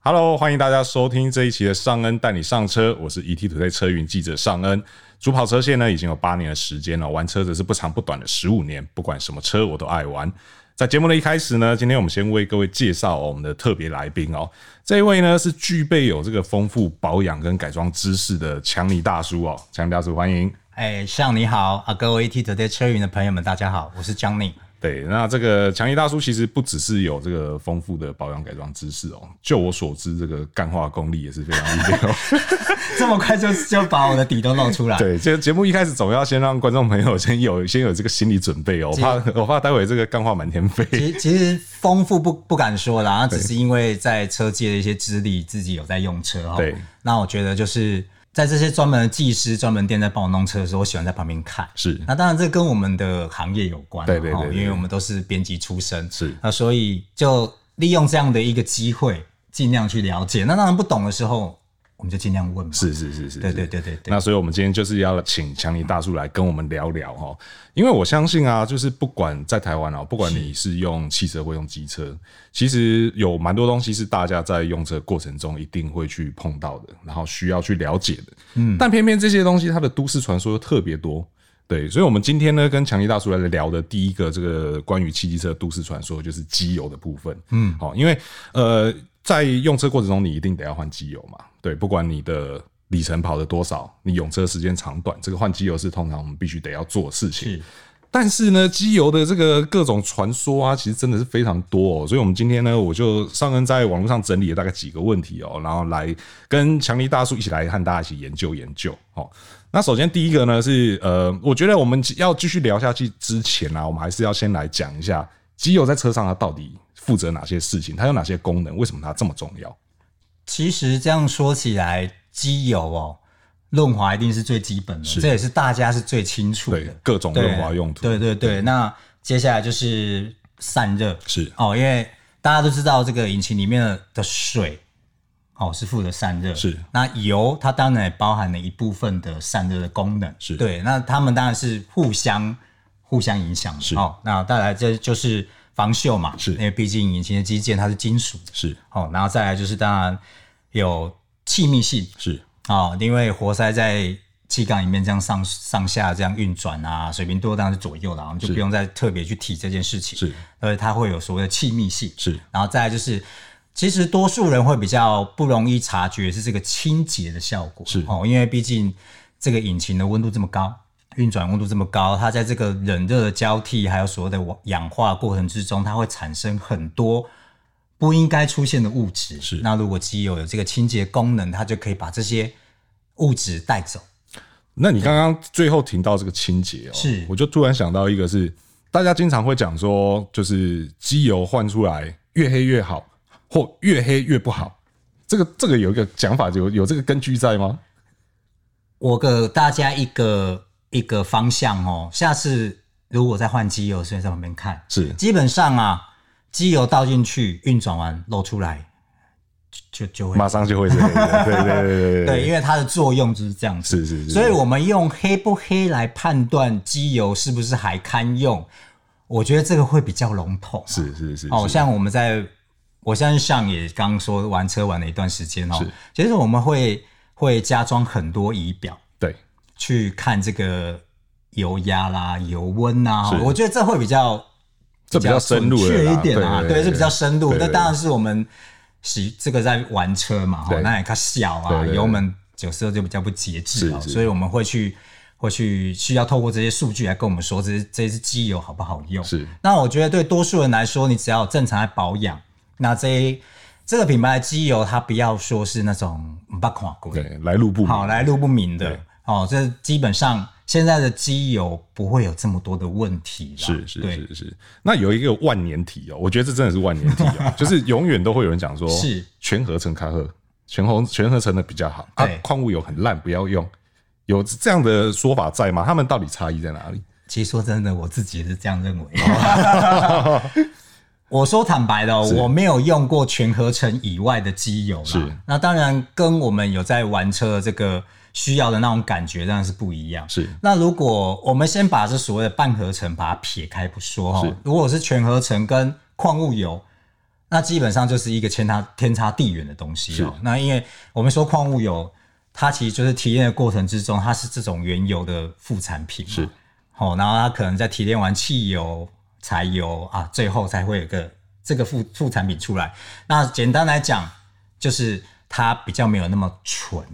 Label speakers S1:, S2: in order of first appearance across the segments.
S1: Hello，欢迎大家收听这一期的尚恩带你上车，我是 ET 土 y 车云记者尚恩。主跑车线呢已经有八年的时间了，玩车则是不长不短的十五年，不管什么车我都爱玩。在节目的一开始呢，今天我们先为各位介绍、哦我们的特别来宾哦，这一位呢是具备有这个丰富保养跟改装知识的强尼大叔哦，强尼大叔欢迎。
S2: 哎，向你好啊，各位 ET 折叠车云的朋友们，大家好，我是 Johnny。
S1: 对，那这个强尼大叔其实不只是有这个丰富的保养改装知识哦，就我所知，这个干化功力也是非常厉害。哦
S2: 这么快就就把我的底都露出 来，
S1: 对，这节目一开始总要先让观众朋友 先有先有这个心理准备哦，我怕我怕待会这个干话满天飞。
S2: 其实其实丰富不不敢说啦，啊那只是因为在车界的一些资历，自己有在用车哈。
S1: 对，
S2: 那我觉得就是在这些专门的技师、专门店在帮我弄车的时候，我喜欢在旁边看。
S1: 是
S2: 那当然这跟我们的行业有关啊，
S1: 对对对
S2: 齁
S1: 对
S2: 因为我们都是编辑出身，
S1: 是
S2: 那所以就利用这样的一个机会，尽量去了解。那当然不懂的时候，我们就尽量问嘛。，
S1: 是是是是，
S2: 对
S1: 是
S2: 对对对对。
S1: 那所以，我们今天就是要请强尼大叔来跟我们聊聊哈，因为我相信啊，就是不管在台湾哦，不管你是用汽车或用机车，其实有蛮多东西是大家在用车过程中一定会去碰到的，然后需要去了解的。嗯，但偏偏这些东西它的都市传说又特别多。对，所以，我们今天呢，跟强尼大叔来聊的第一个这个关于汽机车都市传说，就是机油的部分。嗯，好，因为呃，在用车过程中，你一定得要换机油嘛，对，不管你的里程跑了多少，你用车时间长短，这个换机油是通常我们必须得要做的事情。
S2: 是
S1: 但是呢，机油的这个各种传说啊，其实真的是非常多哦。所以，我们今天呢，我就上恩在网络上整理了大概几个问题哦，然后来跟强力大叔一起来和大家一起研究研究哦。那首先第一个呢是呃，我觉得我们要继续聊下去之前啊，我们还是要先来讲一下机油在车上它到底负责哪些事情，它有哪些功能，为什么它这么重要？
S2: 其实这样说起来，机油哦，润滑一定是最基本的，这也是大家是最清楚的
S1: 对。，各种润滑用途，嗯
S2: 对对对，那接下来就是散热
S1: 是
S2: 哦，因为大家都知道这个引擎里面的的水哦是负责散热，
S1: 是
S2: 那油它当然也包含了一部分的散热的功能，
S1: 是
S2: 对，那它们当然是互相互相影响的，
S1: 是
S2: 哦，那再来这就是防锈嘛，
S1: 是
S2: 因为毕竟引擎的机件它是金属的，
S1: 是
S2: 哦，然后再来就是当然有气密性，
S1: 是
S2: 哦，因为活塞在气缸里面这样上上下这样运转啊，水平多当然是左右啦，我们就是不用再特别去提这件事情。
S1: 是，
S2: 而它会有所谓的气密性。
S1: 是
S2: 然后再来就是，其实多数人会比较不容易察觉是这个清洁的效果，
S1: 是
S2: 哦，因为毕竟这个引擎的温度这么高，运转温度这么高，它在这个冷热的交替，还有所谓的氧化过程之中，它会产生很多。不应该出现的物质，
S1: 是
S2: 那如果机油有这个清洁功能，它就可以把这些物质带走。
S1: 那你刚刚最后提到这个清洁哦，
S2: 是
S1: 我就突然想到一个是，大家经常会讲说，就是机油换出来越黑越好，或越黑越不好。这个这个有一个讲法，有有这个根据在吗？
S2: 我给大家一个一个方向哦，下次如果再换机油，所以在旁边看，
S1: 是
S2: 基本上啊，机油倒进去，运转完漏出来，就就就会
S1: 马上就会是黑的。对对对对
S2: 对，因为它的作用就是这样子。
S1: 是是是。
S2: 所以我们用黑不黑来判断机油是不是还堪用，我觉得这个会比较笼统啊、
S1: 是是是
S2: 哦，
S1: 是
S2: 像我们在，我相信像也刚说玩车玩了一段时间哦
S1: 是，
S2: 其实我们会会加装很多仪表
S1: 对
S2: 去看这个油压啦、油温呐、
S1: 是
S2: 我觉得这会比较
S1: 这比较深入了
S2: 准确
S1: 啦
S2: 一点啊，
S1: 对对对
S2: 对，这比较深入
S1: 对。对
S2: 那
S1: 对
S2: 当然是我们洗这个在玩车嘛，吼
S1: 对
S2: 那也较小
S1: 对
S2: 啊
S1: 对，对
S2: 油门有时候就比较不节制啊，
S1: 是是
S2: 所以我们会去会去需要透过这些数据来跟我们说这这支机油好不好用。
S1: 是
S2: 那我觉得对多数人来说，你只要有正常在保养，那这一这个品牌的机油它不要说是那种不看过的，
S1: 对来路不明
S2: 好来路不明
S1: 对
S2: 的哦，这基本上现在的机油不会有这么多的问题啦。
S1: 是是
S2: 对
S1: 是是。那有一个万年体哦，我觉得这真的是万年体 哦，就是永远都会有人讲说，
S2: 是
S1: 全合成卡喝，全红全合成的比较好啊
S2: 对，
S1: 矿物油很烂，不要用。有这样的说法在吗？他们到底差异在哪里？
S2: 其实说真的，我自己也是这样认 为。 我说坦白的哦，我没有用过全合成以外的机油啦。
S1: 是
S2: 那当然跟我们有在玩车的这个需要的那种感觉当然是不一样。
S1: 是
S2: 那如果我们先把这所谓的半合成把它撇开不说哈哦
S1: 是，
S2: 如果是全合成跟矿物油，那基本上就是一个天差天差地远的东西哦、那因为我们说矿物油，它其实就是提炼的过程之中，它是这种原油的副产品嘛。
S1: 是。
S2: 好、哦然后它可能在提炼完汽油、柴油啊，最后才会有一个这个副副产品出来。那简单来讲，就是它比较没有那么纯。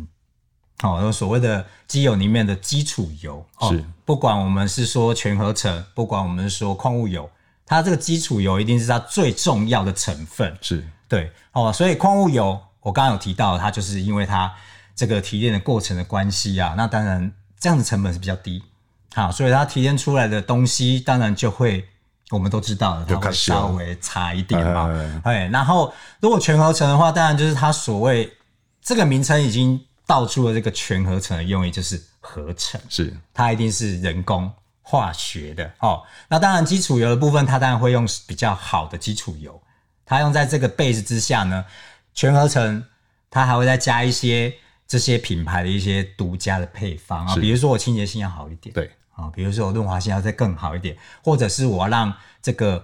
S2: 哦，有所谓的机油里面的基础油，哦、
S1: 是
S2: 不管我们是说全合成，不管我们是说矿物油，它这个基础油一定是它最重要的成分。
S1: 是
S2: 对，哦，所以矿物油我刚刚有提到，它就是因为它这个提炼的过程的关系啊，那当然这样的成本是比较低，好，所以它提炼出来的东西当然就会。我们都知道了，它
S1: 就
S2: 会
S1: 卡西欧
S2: 稍微差一点嘛
S1: 哎哎哎，
S2: 哎，然后如果全合成的话，当然就是它所谓这个名称已经道出了这个全合成的用意，就是合成。
S1: 是
S2: 它一定是人工化学的哦。那当然，基础油的部分，它当然会用比较好的基础油。它用在这个 base 之下呢，全合成它还会再加一些这些品牌的一些独家的配方啊，
S1: 是
S2: 比如说我清洁性要好一点，
S1: 对
S2: 啊、比如说我润滑性要再更好一点，或者是我要让这个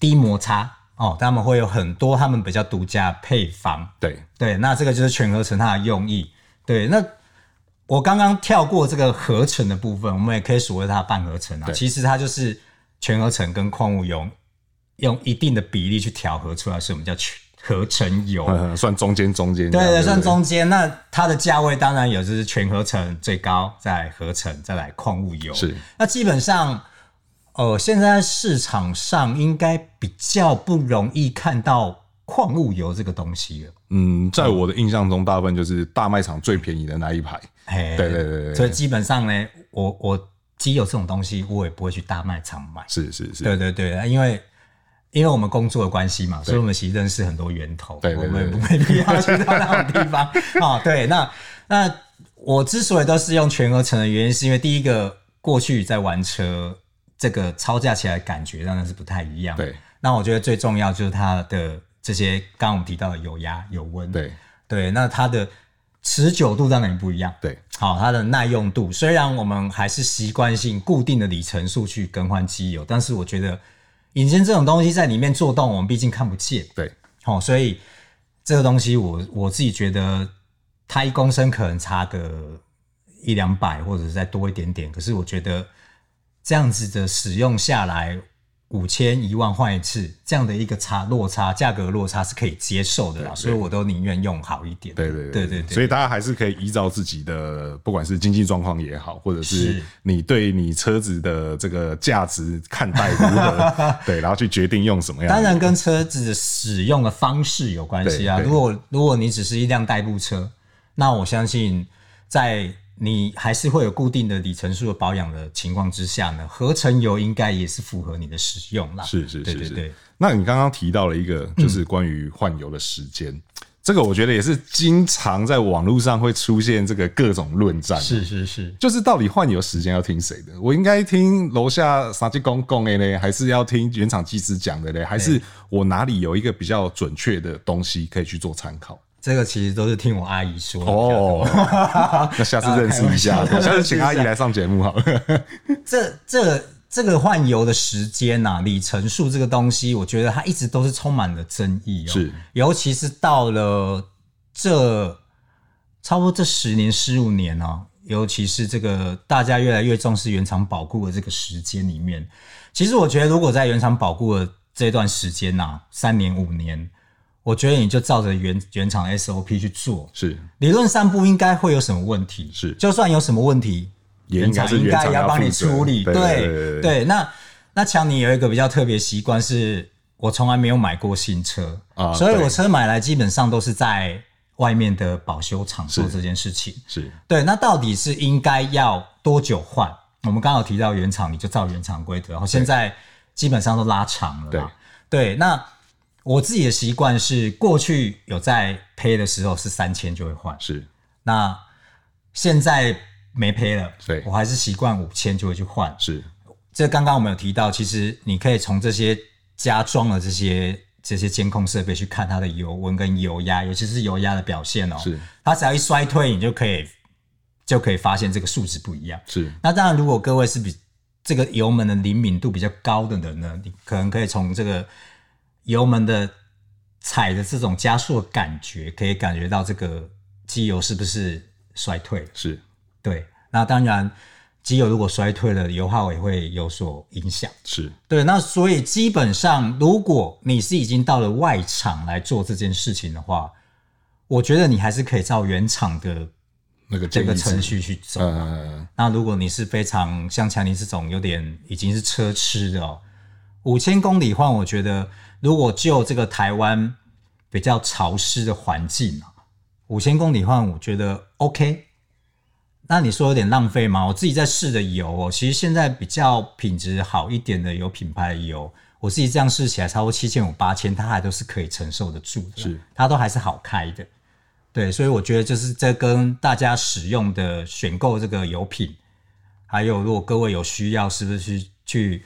S2: 低摩擦哦，他们会有很多他们比较独家的配方。
S1: 对
S2: 对，那这个就是全合成它的用意。对，那我刚刚跳过这个合成的部分，我们也可以所谓它的半合成啊。
S1: 对
S2: 其实它就是全合成跟矿物油用一定的比例去调和出来，所以我们叫全合成油。
S1: 嗯 算中间中间这
S2: 哦对
S1: 样，
S2: 对，算
S1: 不
S2: 中间。那它的价位当然有，就是全合成最高，再来合成，再来矿物油。
S1: 是，
S2: 那基本上，呃，现在市场上应该比较不容易看到矿物油这个东西了。
S1: 嗯，在我的印象中，大部分就是大卖场最便宜的那一排，
S2: 嘿，
S1: 对对对对
S2: 嗯所以基本上呢，我我机油这种东西，我也不会去大卖场买。
S1: 是是是，
S2: 对对对，因为因为我们工作的关系嘛，所以我们其实认识很多源头，
S1: 对对对
S2: 我们没必要去到那种地 方哦。对，那那我之所以都是用全合成的原因，是因为第一个过去在玩车，这个超价起来的感觉当然是不太一样。
S1: 对，
S2: 那我觉得最重要就是它的这些刚刚我们提到的有压、有温，
S1: 对
S2: 对，那它的持久度当然也不一样。
S1: 对
S2: 好，它的耐用度，虽然我们还是习惯性固定的里程数去更换机油，但是我觉得引擎这种东西在里面做动，我们毕竟看不见，
S1: 对
S2: 好、所以这个东西我我自己觉得它一公升可能差个一两百，或者是再多一点点，可是我觉得这样子的使用下来。五千一万换一次，这样的一个差落差，价格落差是可以接受的啦，所以我都宁愿用好一点的。
S1: 对对
S2: 对对对，
S1: 所以大家还是可以依照自己的，不管是经济状况也好，或者是
S2: 是
S1: 你对你车子的这个价值看待如 何，对，然后去决定用什么样的。
S2: 当然跟车子使用的方式有关系啊。
S1: 对对
S2: 如果如果你只是一辆代步车，那我相信在你还是会有固定的里程数的保养的情况之下呢，合成油应该也是符合你的使用啦。
S1: 是是
S2: 对
S1: 是
S2: 对
S1: 是
S2: 对。
S1: 那你刚刚提到了一个，就是关于换油的时间。
S2: 嗯
S1: 这个我觉得也是经常在网络上会出现这个各种论战，啊
S2: 是是是，
S1: 就是到底换油时间要听谁的？我应该听楼下傻鸡公公的嘞，还是要听原厂技师讲的嘞？还是我哪里有一个比较准确的东西可以去做参考？
S2: 这个其实都是听我阿姨说的。
S1: 哦，那下次认识一 下，
S2: 啊开玩笑
S1: 对下次请阿姨来上节目好了。
S2: 这这这个换油的时间呐、里程数这个东西，我觉得它一直都是充满了争议哦。
S1: 是，
S2: 尤其是到了这差不多这十年、十五年哦，尤其是这个大家越来越重视原厂保固的这个时间里面，其实我觉得如果在原厂保固的这段时间呐、啊三年、五年，我觉得你就照着原原厂 SOP 去做，
S1: 是，
S2: 理论上不应该会有什么问题，
S1: 是
S2: 就算有什么问题，
S1: 也
S2: 原
S1: 应该
S2: 厂
S1: 是
S2: 应
S1: 原
S2: 该
S1: 厂
S2: 也要帮你
S1: 负责
S2: 处理。
S1: 对对
S2: 对
S1: 对
S2: 对，那那强尼有一个比较特别习惯，是我从来没有买过新车
S1: 啊
S2: 所以
S1: 对
S2: 我车买来基本上都是在外面的保修厂做
S1: 是
S2: 这件事情。
S1: 是
S2: 对，那到底是应该要多久换？我们刚好提到原厂，你就照原厂规则，然后现在基本上都拉长了啦。对，那我自己的习惯是，过去有在赔的时候是三千就会换，
S1: 是，
S2: 那现在没赔了，
S1: 对
S2: 我还是习惯五千就会去换。
S1: 是，
S2: 这刚刚我们有提到，其实你可以从这些加装的这些这些监控设备去看它的油温跟油压，尤其是油压的表现哦。
S1: 是，
S2: 它只要一衰退，你就可以就可以发现这个数值不一样。
S1: 是，
S2: 那当然，如果各位是比这个油门的灵敏度比较高的人呢，你可能可以从这个油门的踩的这种加速的感觉，可以感觉到这个机油是不是衰退了。
S1: 是
S2: 对，那当然，机油如果衰退了，油耗也会有所影响。
S1: 是
S2: 对，那所以基本上，如果你是已经到了外厂来做这件事情的话，我觉得你还是可以照原厂的
S1: 那个
S2: 这个
S1: 建议是
S2: 程，序去走。
S1: 呃，
S2: 那如果你是非常像强尼这种有点已经是车痴的哦，五千公里换，我觉得如果就这个台湾比较潮湿的环境啊，五千公里换，我觉得 OK。那你说有点浪费吗？我自己在试的油哦，其实现在比较品质好一点的有品牌的油，我自己这样试起来超过七千五、八千，它还都是可以承受得住的，
S1: 是
S2: 它都还是好开的。对，所以我觉得就是这跟大家使用的选购这个油品，还有如果各位有需要，是不是去去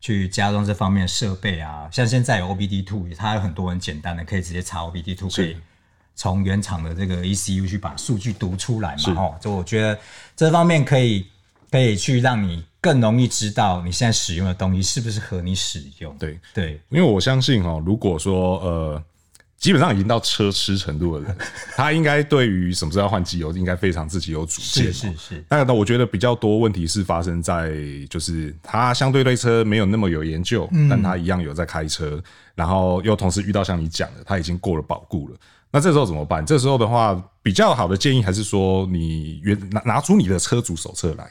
S2: 去加装这方面的设备啊？像现在有 OBD two，它有很多很简单的，可以直接插 OBD two，可以从原厂的这个 ECU 去把数据读出来
S1: 是
S2: 嘛。哦，就我觉得这方面可以可以去让你更容易知道你现在使用的东西是不是合你使用。
S1: 对，
S2: 对，
S1: 因为我相信哦，如果说呃，基本上已经到车痴程度 的人，他应该对于什么时候要换机油，应该非常自己有主见、
S2: 是
S1: 哦。
S2: 是是，
S1: 那我觉得比较多问题是发生在，就是他相对对车没有那么有研究，但他一样有在开车，然后又同时遇到像你讲的，他已经过了保固了。那这时候怎么办？这时候的话，比较好的建议还是说，你原拿拿出你的车主手册来。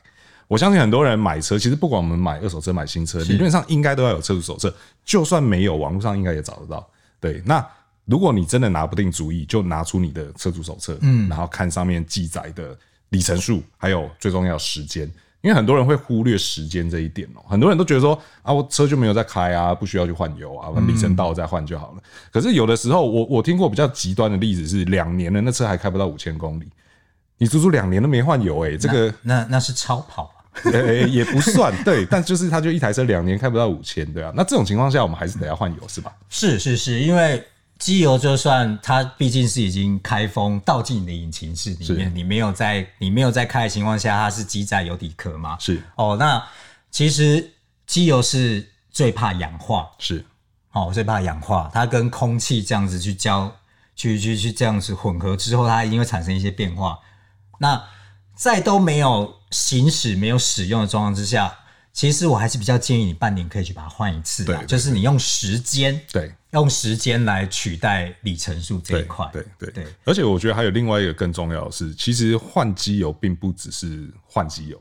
S1: 我相信很多人买车，其实不管我们买二手车、买新车，理论上应该都要有车主手册，就算没有，网络上应该也找得到。对，那如果你真的拿不定主意，就拿出你的车主手册，嗯，然后看上面记载的里程数，还有最重要的时间，因为很多人会忽略时间这一点哦、很多人都觉得说啊，我车就没有在开啊，不需要去换油啊，里程到了再换就好了。可是有的时候，我我听过比较极端的例子是，两年了，那车还开不到五千公里。你足足两年都没换油、欸，这个
S2: 那那是超跑啊。
S1: 呃、也不算对，但就是它就一台车两年开不到五千，对啊。那这种情况下，我们还是得要换油，是吧？
S2: 是是是，因为机油就算它毕竟是已经开封倒进你的引擎室里面，你没有在你没有在开的情况下，它是积在油底壳嘛？
S1: 是
S2: 哦，那其实机油是最怕氧化，
S1: 是
S2: 哦，最怕氧化，它跟空气这样子去交去去去这样子混合之后，它一定会产生一些变化。那在都没有行驶、没有使用的状况之下，其实我还是比较建议你半年可以去把它换一次
S1: 对
S2: 啊，
S1: 对
S2: 就是你用时间
S1: 对。
S2: 用时间来取代里程数这
S1: 对
S2: 一块。
S1: 对对
S2: 对
S1: 而且我觉得还有另外一个更重要的是，其实换机油并不只是换机油，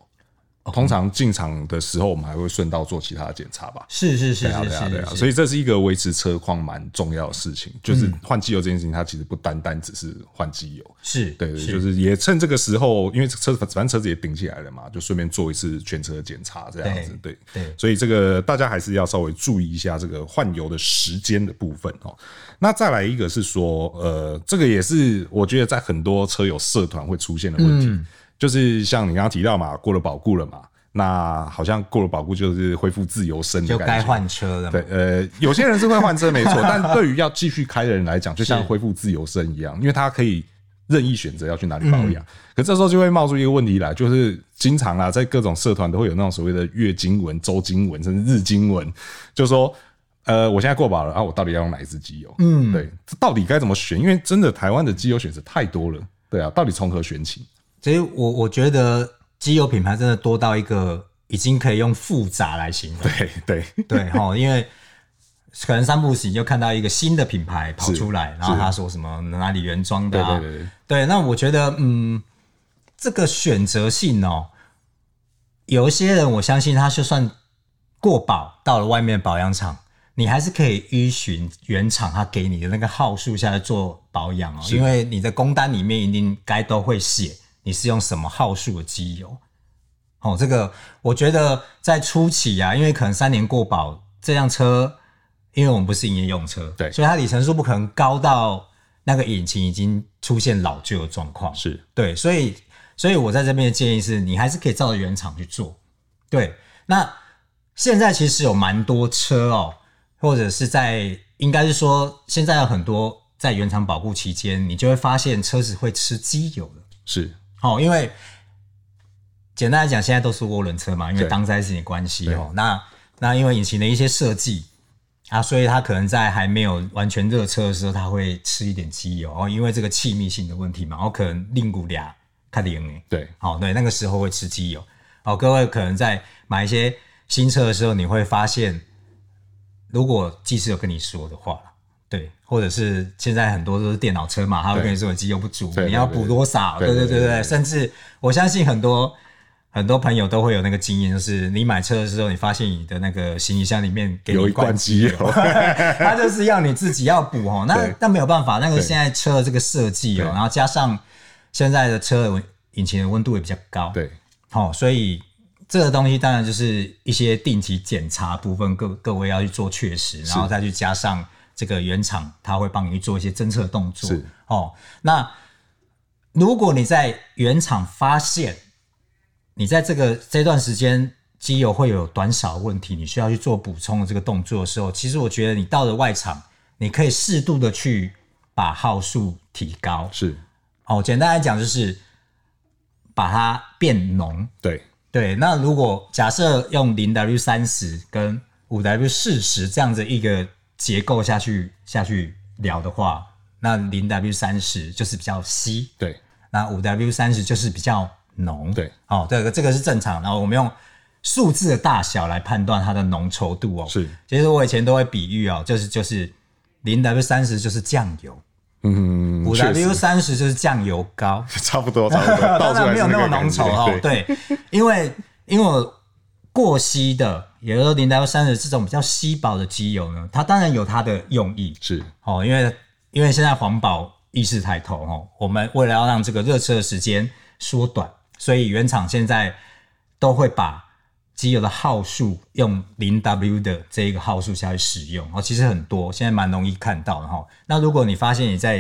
S1: 通常进厂的时候我们还会顺道做其他的检查吧。
S2: 是是是
S1: 对啊，
S2: 是
S1: 对啊，对啊，
S2: 是，
S1: 所
S2: 以
S1: 以这是一个维持车况蛮重要的事情，就是换机油这件事情，它其实不单单只是换机油，
S2: 是
S1: 对对，就是也趁这个时候，因为车反正车子也顶起来了嘛，就顺便做一次全车检查这样子，对
S2: 对
S1: 所以这个大家还是要稍微注意一下这个换油的时间的部分哦。那再来一个是说，呃，这个也是我觉得在很多车友社团会出现的问题，
S2: 嗯
S1: 就是像你刚刚提到嘛，过了保固了嘛，那好像过了保固就是恢复自由身的
S2: 就
S1: 感
S2: 该
S1: 觉
S2: 换车了嘛。
S1: 对，呃，有些人是会换车 没错，但对于要继续开的人来讲，就像恢复自由身一样，因为他可以任意选择要去哪里保养。可这时候就会冒出一个问题来，就是经常啊，在各种社团都会有那种所谓的月经文、周经文，甚至日经文，就说。呃，我现在过保了啊，我到底要用哪一支机油？嗯，对，这到底该怎么选？因为真的台湾的机油选择太多了，对啊，到底从何选起？
S2: 所以我我觉得机油品牌真的多到一个已经可以用复杂来形容。
S1: 对对，
S2: 对哈，因为可能三不五时你就看到一个新的品牌跑出来，然后他说什么哪里原装的、啊，
S1: 对对对
S2: 对那我觉得嗯，这个选择性哦，有一些人我相信他就算过保到了外面保养厂。你还是可以依循原厂他给你的那个号数下来做保养哦，因为你的工单里面一定该都会写你是用什么号数的机油。哦，这个我觉得在初期啊，因为可能三年过保，这辆车，因为我们不是营业用车，
S1: 对
S2: 所以它里程数不可能高到那个引擎已经出现老旧的状况，
S1: 是
S2: 对，所以所以我在这边的建议是你还是可以照着原厂去做。对，那现在其实有蛮多车哦，或者是在应该是说现在有很多在原厂保护期间，你就会发现车子会吃机油了。
S1: 是，
S2: 哦，因为简单来讲，现在都是涡轮车嘛，因为
S1: 对
S2: 当灾事情的关系
S1: 对
S2: 哦。那那因为引擎的一些设计，啊，所以它可能在还没有完全热车的时候，它会吃一点机油，然后因为这个气密性的问题嘛，然后可能令骨俩看零诶，
S1: 对，
S2: 好、对，那个时候会吃机油。好、各位可能在买一些新车的时候，你会发现，如果技师有跟你说的话，对，或者是现在很多都是电脑车嘛，他会
S1: 对
S2: 跟你说你机油不足，
S1: 对
S2: 你要
S1: 对对
S2: 补多少？
S1: 对
S2: 对
S1: 对
S2: 对对
S1: 对
S2: 对，
S1: 对
S2: 甚至我相信很多很多朋友都会有那个经验，就是你买车的时候，你发现你的那个行李箱里面给你
S1: 有一罐
S2: 机
S1: 机油，
S2: 他就是要你自己要补哦。那
S1: 对
S2: 那没有办法，那个
S1: 对
S2: 现在车的这个设计哦，
S1: 对
S2: 然后加上现在的车的引擎的温度也比较高，，
S1: 对
S2: 好、所以这个东西当然就是一些定期检查部分，各各位要去做确实，然后再去加上这个原厂，它会帮你去做一些侦测动作
S1: 是。
S2: 哦，那如果你在原厂发现你在这个这段时间机油会有短少问题，你需要去做补充的这个动作的时候，其实我觉得你到了外厂，你可以适度的去把号数提高。
S1: 是，
S2: 哦，简单来讲就是把它变浓。
S1: 对
S2: 对，那如果假设用零 W 三十跟五 W 四十这样子一个结构下去下去聊的话，那零 W 三十就是比较稀，
S1: 对
S2: 那五 W 三十就是比较浓。
S1: 对，
S2: 哦，这个这个是正常。然后我们用数字的大小来判断它的浓稠度哦。
S1: 是，
S2: 其实我以前都会比喻哦，就是就是零 W 三十就是酱油，
S1: 嗯，
S2: 五
S1: 确实
S2: W 三十就是酱油膏。
S1: 差不多差不多，
S2: 当
S1: 倒出
S2: 然
S1: 来
S2: 没有
S1: 是
S2: 那么
S1: 个感
S2: 浓
S1: 觉
S2: 稠哦。
S1: 对
S2: 对，因为因为我过稀的，也就是零 W 三十这种比较稀薄的机油呢，它当然有它的用意
S1: 是，
S2: 哦，因为因为现在环保意识抬头哦，我们为了要让这个热车的时间缩短，所以原厂现在都会把。机油的号数用零 W 的这一个号数下去使用哦，其实很多，现在蛮容易看到的哈、那如果你发现你在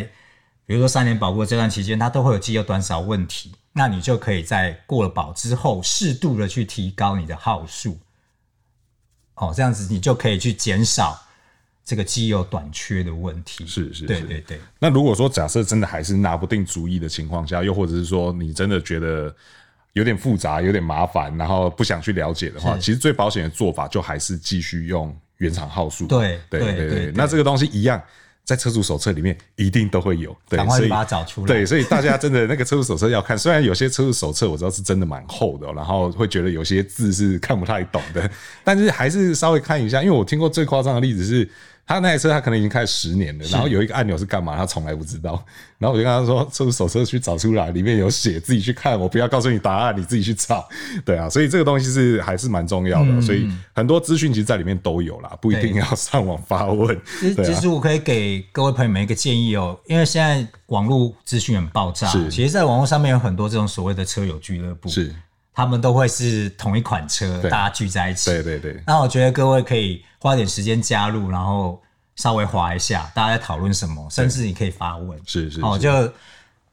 S2: 比如说三年保固这段期间，它都会有机油短少问题，那你就可以在过了保之后，适度的去提高你的号数，哦，这样子你就可以去减少这个机油短缺的问题。
S1: 是是
S2: 对
S1: 是
S2: 对对，
S1: 那如果说假设真的还是拿不定主意的情况下，又或者是说你真的觉得有点复杂、有点麻烦，然后不想去了解的话，
S2: 是
S1: 其实最保险的做法就还是继续用原厂号数。
S2: 对
S1: 对
S2: 对
S1: 对
S2: 对
S1: 对
S2: 对，
S1: 那这个东西一样。在车主手册里面一定都会有，对，
S2: 赶快
S1: 所以
S2: 把它找出来
S1: 对，所以大家真的那个车主手册要看，虽然有些车主手册我知道是真的蛮厚的哦、然后会觉得有些字是看不太懂的，但是还是稍微看一下，因为我听过最夸张的例子是。他那台车，他可能已经开了十年了，然后有一个按钮是干嘛，他从来不知道。然后我就跟他说：“车主手册去找出来，里面有写，自己去看，我不要告诉你答案，你自己去找。”对啊，所以这个东西是还是蛮重要的，所以很多资讯其实在里面都有啦，不一定
S2: 对
S1: 要上网发问。
S2: 其实
S1: 对
S2: 其
S1: 啊，
S2: 实我可以给各位朋友们一个建议哦，因为现在网络资讯很爆炸，
S1: 是
S2: 其实，在网络上面有很多这种所谓的车友俱乐部，
S1: 是，
S2: 他们都会是同一款车，
S1: 对
S2: 大家聚在一起，
S1: 对对对，
S2: 那我觉得各位可以花点时间加入，然后稍微划一下，大家在讨论什么，甚至你可以发问。
S1: 是是
S2: 哦，
S1: 是，
S2: 就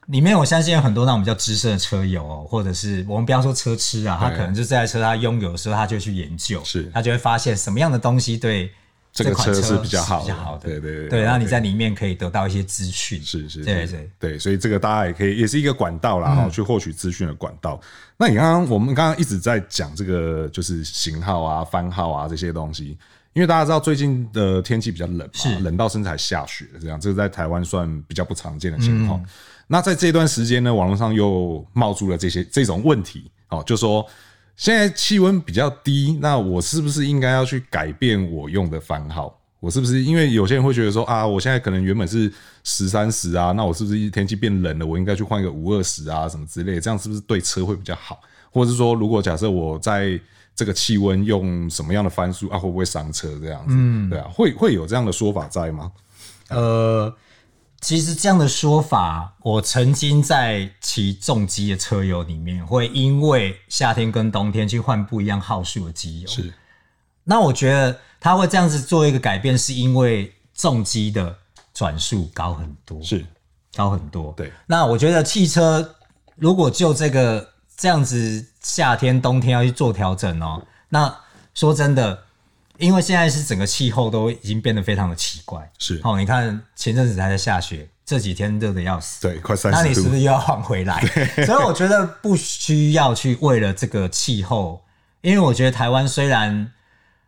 S2: 里面我相信有很多那种比较资深的车友哦，或者是我们不要说车痴啊，他
S1: 对
S2: 可能就这台车他拥有的时候，他就去研究，
S1: 哎是
S2: 他就会发现什么样的东西对
S1: 这个
S2: 款车
S1: 车是
S2: 是
S1: 比较好的
S2: 比较好的，
S1: 对对对
S2: 对。
S1: 对
S2: 然后你
S1: 对
S2: 在里面可以得到一些资讯，
S1: 是是，
S2: 对
S1: 是
S2: 对嗯
S1: 对，所以这个大家也可以，也是一个管道啦，哈、哦去获取资讯的管道。那你刚刚我们刚刚一直在讲这个，就是型号啊、番号啊这些东西，因为大家知道最近的天气比较冷嘛
S2: 是，
S1: 冷到甚至还下雪，这样这个在台湾算比较不常见的情
S2: 嗯
S1: 况。那在这段时间呢，网络上又冒出了这些这种问题，哦，就说。现在气温比较低，那我是不是应该要去改变我用的番号？我是不是因为有些人会觉得说啊，我现在可能原本是十三十啊，那我是不是天气变冷了，我应该去换一个五二十啊什么之类的，这样是不是对车会比较好？或者是说，如果假设我在这个气温用什么样的番数啊，会不会伤车这样子？嗯，对啊，会会有这样的说法在吗？
S2: 呃，其实这样的说法，我曾经在骑重机的车友里面，会因为夏天跟冬天去换不一样号数的机油。
S1: 是，
S2: 那我觉得他会这样子做一个改变，是因为重机的转速高很多，
S1: 是
S2: 高很多。
S1: 对，
S2: 那我觉得汽车如果就这个这样子夏天、冬天要去做调整哦，那说真的，因为现在是整个气候都已经变得非常的奇怪。
S1: 是，
S2: 哦，你看前阵子还在下雪，这几天热的要死，
S1: 对，快三
S2: 那你
S1: 十
S2: 是
S1: 度
S2: 不，是又要换 回来？所以我觉得不需要去为了这个气候，因为我觉得台湾虽然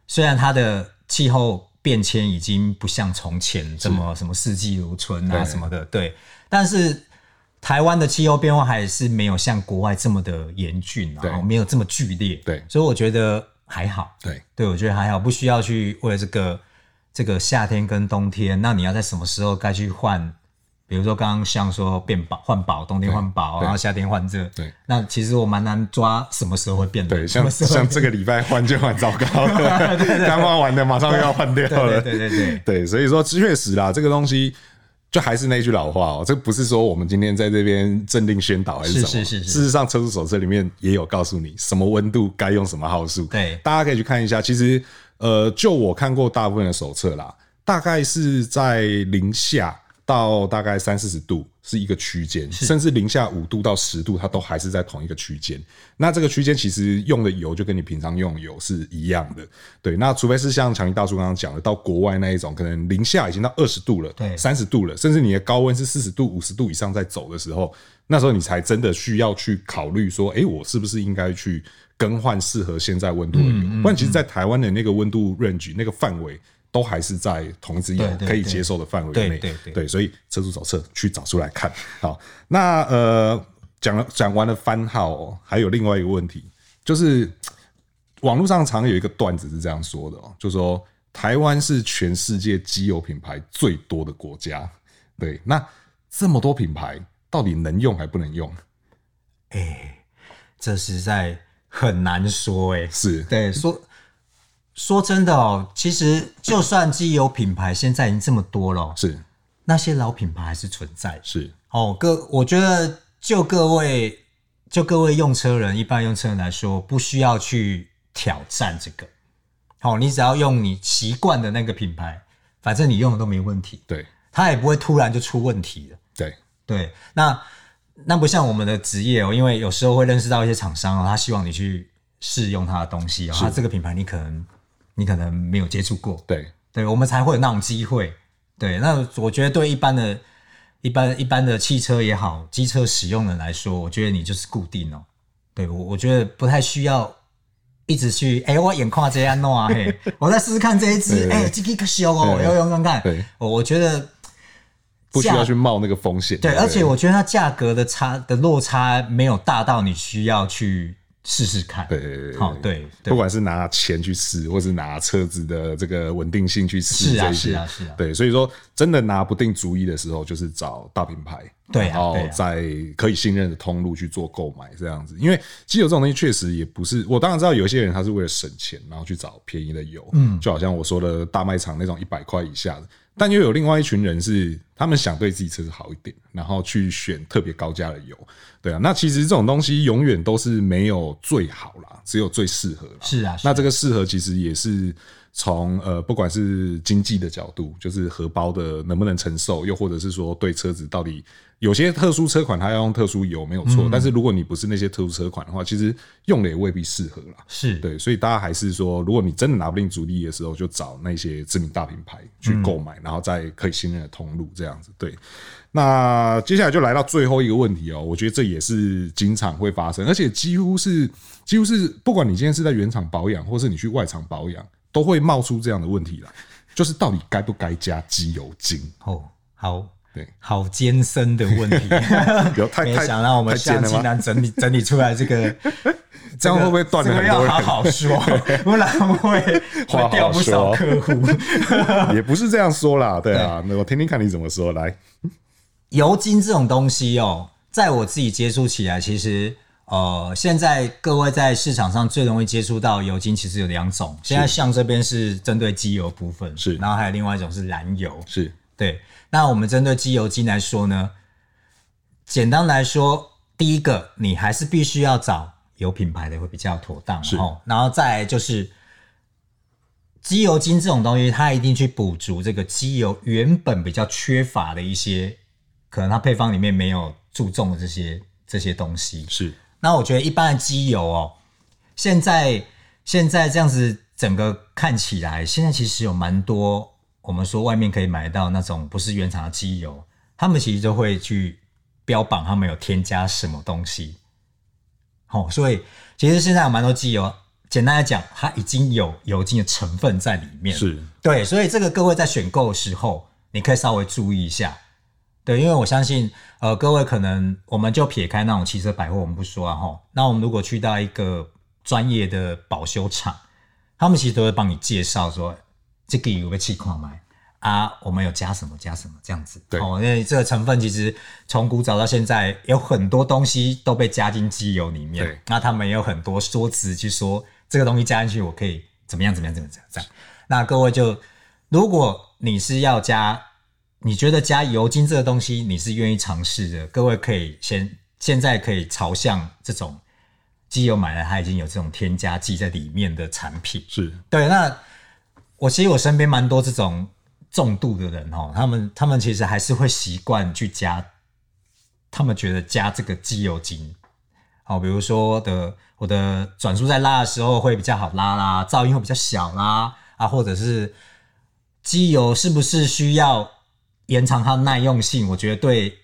S2: 虽然它的气候变迁已经不像从前这么什么四季如春啊
S1: 对
S2: 什么的，对。但是台湾的气候变化还是没有像国外这么的严峻啊，
S1: 对
S2: 没有这么剧烈，
S1: 对
S2: 所以我觉得还好，
S1: 对
S2: 对我觉得还好，不需要去为了这个这个夏天跟冬天，那你要在什么时候该去换？比如说刚刚像说变保换保，冬天换保，
S1: 对
S2: 然后夏天换热，
S1: 对，
S2: 那其实我蛮难抓什么时候会变冷，
S1: 对，
S2: 什么
S1: 像
S2: 时候
S1: 像这个礼拜换就很糟糕 了，刚换完的马上又要换掉了，
S2: 对对对对对
S1: 对，所以说确实啦，这个东西就还是那句老话哦，这不是说我们今天在这边政令宣导还是什么，
S2: 是是是是
S1: 事实上车速手册里面也有告诉你什么温度该用什么号数，
S2: 对
S1: 大家可以去看一下。其实呃，就我看过大部分的手册啦，大概是在零下。到大概三四十度是一个区间，甚至零下五度到十度，它都还是在同一个区间。那这个区间其实用的油就跟你平常用的油是一样的，对。那除非是像强尼大叔刚刚讲的，到国外那一种，可能零下已经到二十度了，
S2: 对
S1: 三十度了，甚至你的高温是四十度、五十度以上在走的时候，那时候你才真的需要去考虑说，诶，我是不是应该去更换适合现在温度的油？
S2: 嗯
S1: 不然，其实，在台湾的那个温度 range 那个范围。都还是在同一支油
S2: 对对
S1: 可以
S2: 对
S1: 接受的范围
S2: 对
S1: 内，
S2: 对对
S1: 对，所以车主手册去找出来看。好，那呃，讲了讲完了番号、哦，还有另外一个问题，就是网络上常有一个段子是这样说的哦，就说台湾是全世界机油品牌最多的国家。对，那这么多品牌，到底能用还不能用？
S2: 哎、这实在很难说哎、
S1: 是
S2: 对，说说真的哦，其实就算机油品牌现在已经这么多了，哦
S1: 是
S2: 那些老品牌还是存在的
S1: 是，
S2: 哦。各我觉得就各位就各位用车人，一般用车人来说，不需要去挑战这个。好、你只要用你习惯的那个品牌，反正你用的都没问题，
S1: 对
S2: 它也不会突然就出问题了。
S1: 对
S2: 对，那那不像我们的职业哦，因为有时候会认识到一些厂商哦，他希望你去试用他的东西哦，他这个品牌你可能你可能没有接触过，
S1: 对
S2: 对我们才会有那种机会。对，那我觉得对一般的、一般一般的汽车也好，机车使用人来说，我觉得你就是固定哦。对我，我觉得不太需要一直去，哎、我眼眶这样弄啊，嘿，我再试试看这一
S1: 对
S2: 只，
S1: 对对
S2: 哎、这个可修哦，
S1: 对
S2: 我要用看看。
S1: 对
S2: 我我觉得
S1: 不需要
S2: 价
S1: 去冒那个风险。
S2: 对，
S1: 不
S2: 而且我觉得它价格的差的落差没有大到你需要去试试看。
S1: 对对对对
S2: 好，对
S1: 不
S2: 对，啊
S1: 管是拿钱去试，或是拿车子的这个稳定性去试
S2: 是啊
S1: 这些，
S2: 是啊是啊
S1: 对，所以说真的拿不定主意的时候，就是找大品牌，
S2: 对啊
S1: 然后
S2: 对啊
S1: 在可以信任的通路去做购买这样子。因为机油这种东西确实也不是，我当然知道有一些人他是为了省钱，然后去找便宜的油，嗯，就好像我说的大卖场那种一百块以下的。但又有另外一群人是，他们想对自己车子好一点，然后去选特别高价的油，对啊。那其实这种东西永远都是没有最好啦，只有最适合啦。
S2: 是啊，是
S1: 那
S2: 啊
S1: 这个适合其实也是从呃，不管是经济的角度，就是荷包的能不能承受，又或者是说对车子到底有些特殊车款它要用特殊油没有错，但是如果你不是那些特殊车款的话，其实用了也未必适合啦。
S2: 是
S1: 对，所以大家还是说，如果你真的拿不定主力的时候，就找那些知名大品牌去购买，然后再可以信任的通路这样子。对，那接下来就来到最后一个问题哦，我觉得这也是经常会发生，而且几乎是几乎是不管你今天是在原厂保养，或是你去外厂保养，都会冒出这样的问题来，就是到底该不该加机油精？
S2: 哦，好
S1: 对，
S2: 好艰深的问题。
S1: 有 太
S2: 没
S1: 太
S2: 想到我们
S1: 太尖
S2: 向
S1: 了
S2: 竟
S1: 吗？
S2: 然整理整理出来这个，
S1: 这样会不会断了
S2: 这
S1: 很
S2: 个
S1: 多
S2: 要
S1: 人？
S2: 好好 说，不然会
S1: 话好
S2: 会掉不少
S1: 说
S2: 客户。
S1: 也不是这样说啦，对啊，那我听听看你怎么说。来，
S2: 油精这种东西哦，在我自己接触起来，其实呃，现在各位在市场上最容易接触到油精，其实有两种。现在像这边是针对机油部分，
S1: 是
S2: 然后还有另外一种是燃油。
S1: 是
S2: 对，那我们针对机油精来说呢，简单来说，第一个你还是必须要找有品牌的会比较妥当
S1: 是
S2: 哦。然后再来就是机油精这种东西，它一定去补足这个机油原本比较缺乏的一些，可能它配方里面没有注重的这些这些东西。
S1: 是，
S2: 那我觉得一般的机油哦，现在现在这样子整个看起来，现在其实有蛮多我们说外面可以买到那种不是原厂的机油，他们其实都会去标榜他们有添加什么东西。哦，所以其实现在有蛮多机油简单来讲，它已经有油精的成分在里面。
S1: 是
S2: 对，所以这个各位在选购的时候，你可以稍微注意一下。对，因为我相信，呃，各位可能我们就撇开那种汽车百货，我们不说啊哈。那我们如果去到一个专业的保修厂，他们其实都会帮你介绍说，这个有被气矿买啊，我们有加什么加什么这样子。
S1: 对
S2: 哦，因为这个成分其实从古早到现在，有很多东西都被加进机油里面
S1: 对。
S2: 那他们也有很多说辞去说这个东西加进去，我可以怎么样怎么样怎么样怎么样这样。那各位就，如果你是要加，你觉得加油精这个东西你是愿意尝试的，各位可以先现在可以朝向这种机油买来它已经有这种添加剂在里面的产品。
S1: 是，
S2: 对，那我其实我身边蛮多这种重度的人哦，他们他们其实还是会习惯去加，他们觉得加这个机油精，好，比如说的我的转速在拉的时候会比较好拉啦，噪音会比较小啦，啊，或者是机油是不是需要延长它的耐用性？我觉得对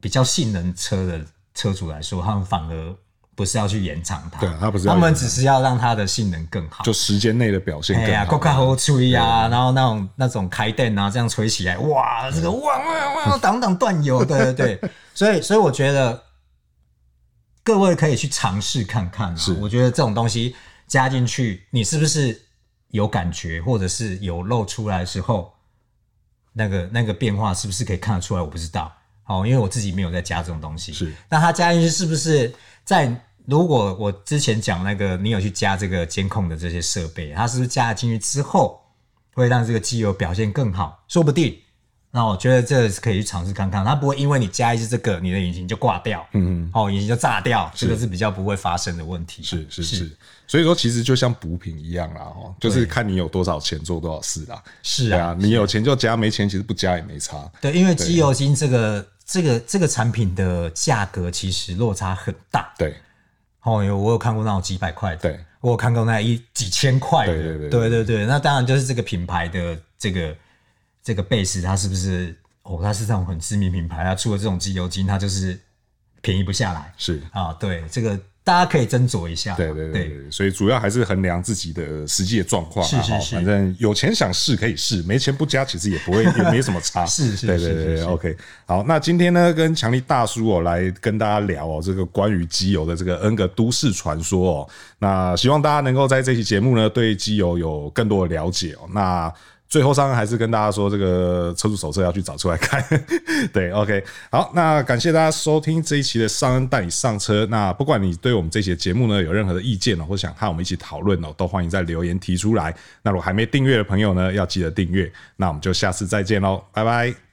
S2: 比较性能车的车主来说，他们反而不是要去延长它，
S1: 对啊他不是要
S2: 他们
S1: 延长
S2: 只是要让它的性能更好，
S1: 就时间内的表现
S2: 哎呀，
S1: 更
S2: 够卡
S1: 好。
S2: 好吹啊，然后那种那种开灯啊，这样吹起来，哇，这个哇哇哇，挡挡断油，对对对，所以所以我觉得各位可以去尝试看看、啊，
S1: 是
S2: 我觉得这种东西加进去，你是不是有感觉，或者是有露出来的时候，那个那个变化是不是可以看得出来？我不知道，哦，因为我自己没有在加这种东西，
S1: 是
S2: 那它加进去是不是在？如果我之前讲那个，你有去加这个监控的这些设备，它是不是加了进去之后，会让这个机油表现更好？说不定。那我觉得这是可以去尝试看看，它不会因为你加一次这个，你的引擎就挂掉，
S1: 嗯，
S2: 哦，引擎就炸掉，这个是比较不会发生的问题。
S1: 是是是，所以说其实就像补品一样啦，哦，就是看你有多少钱做多少事啦。
S2: 是
S1: 对
S2: 啊，
S1: 啊，你有钱就加，没钱其实不加也没差。
S2: 对，因为机油精这个这个这个产品的价格其实落差很大。
S1: 对
S2: 哦，有我有看过那种几百块的，
S1: 对，
S2: 我有看过那一几千块的，
S1: 对对对
S2: 对对对那当然就是这个品牌的这个这个 base，它是不是哦，它是这种很知名品牌，它出了这种机油精，它就是便宜不下来
S1: 是，
S2: 啊。对，这个大家可以斟酌一下。
S1: 对对对对，所以主要还是衡量自己的实际的状况啊。
S2: 是是
S1: 哈
S2: 是
S1: 反正有钱想试可以试，没钱不加其实也不会也没什么差。
S2: 是是
S1: 啊对
S2: 是
S1: 对对
S2: 是
S1: 对
S2: 是
S1: ，OK。好，那今天呢，跟强力大叔哦来跟大家聊哦这个关于机油的这个 N 个都市传说哦。那希望大家能够在这期节目呢对机油有更多的了解哦。那最后，上还是跟大家说，这个车主手册要去找出来看。 对，OK，好，那感谢大家收听这一期的尚恩带你上车。那不管你对我们这期的节目呢有任何的意见哦，或想和我们一起讨论哦，都欢迎在留言提出来。那如果还没订阅的朋友呢，要记得订阅。那我们就下次再见喽，拜拜。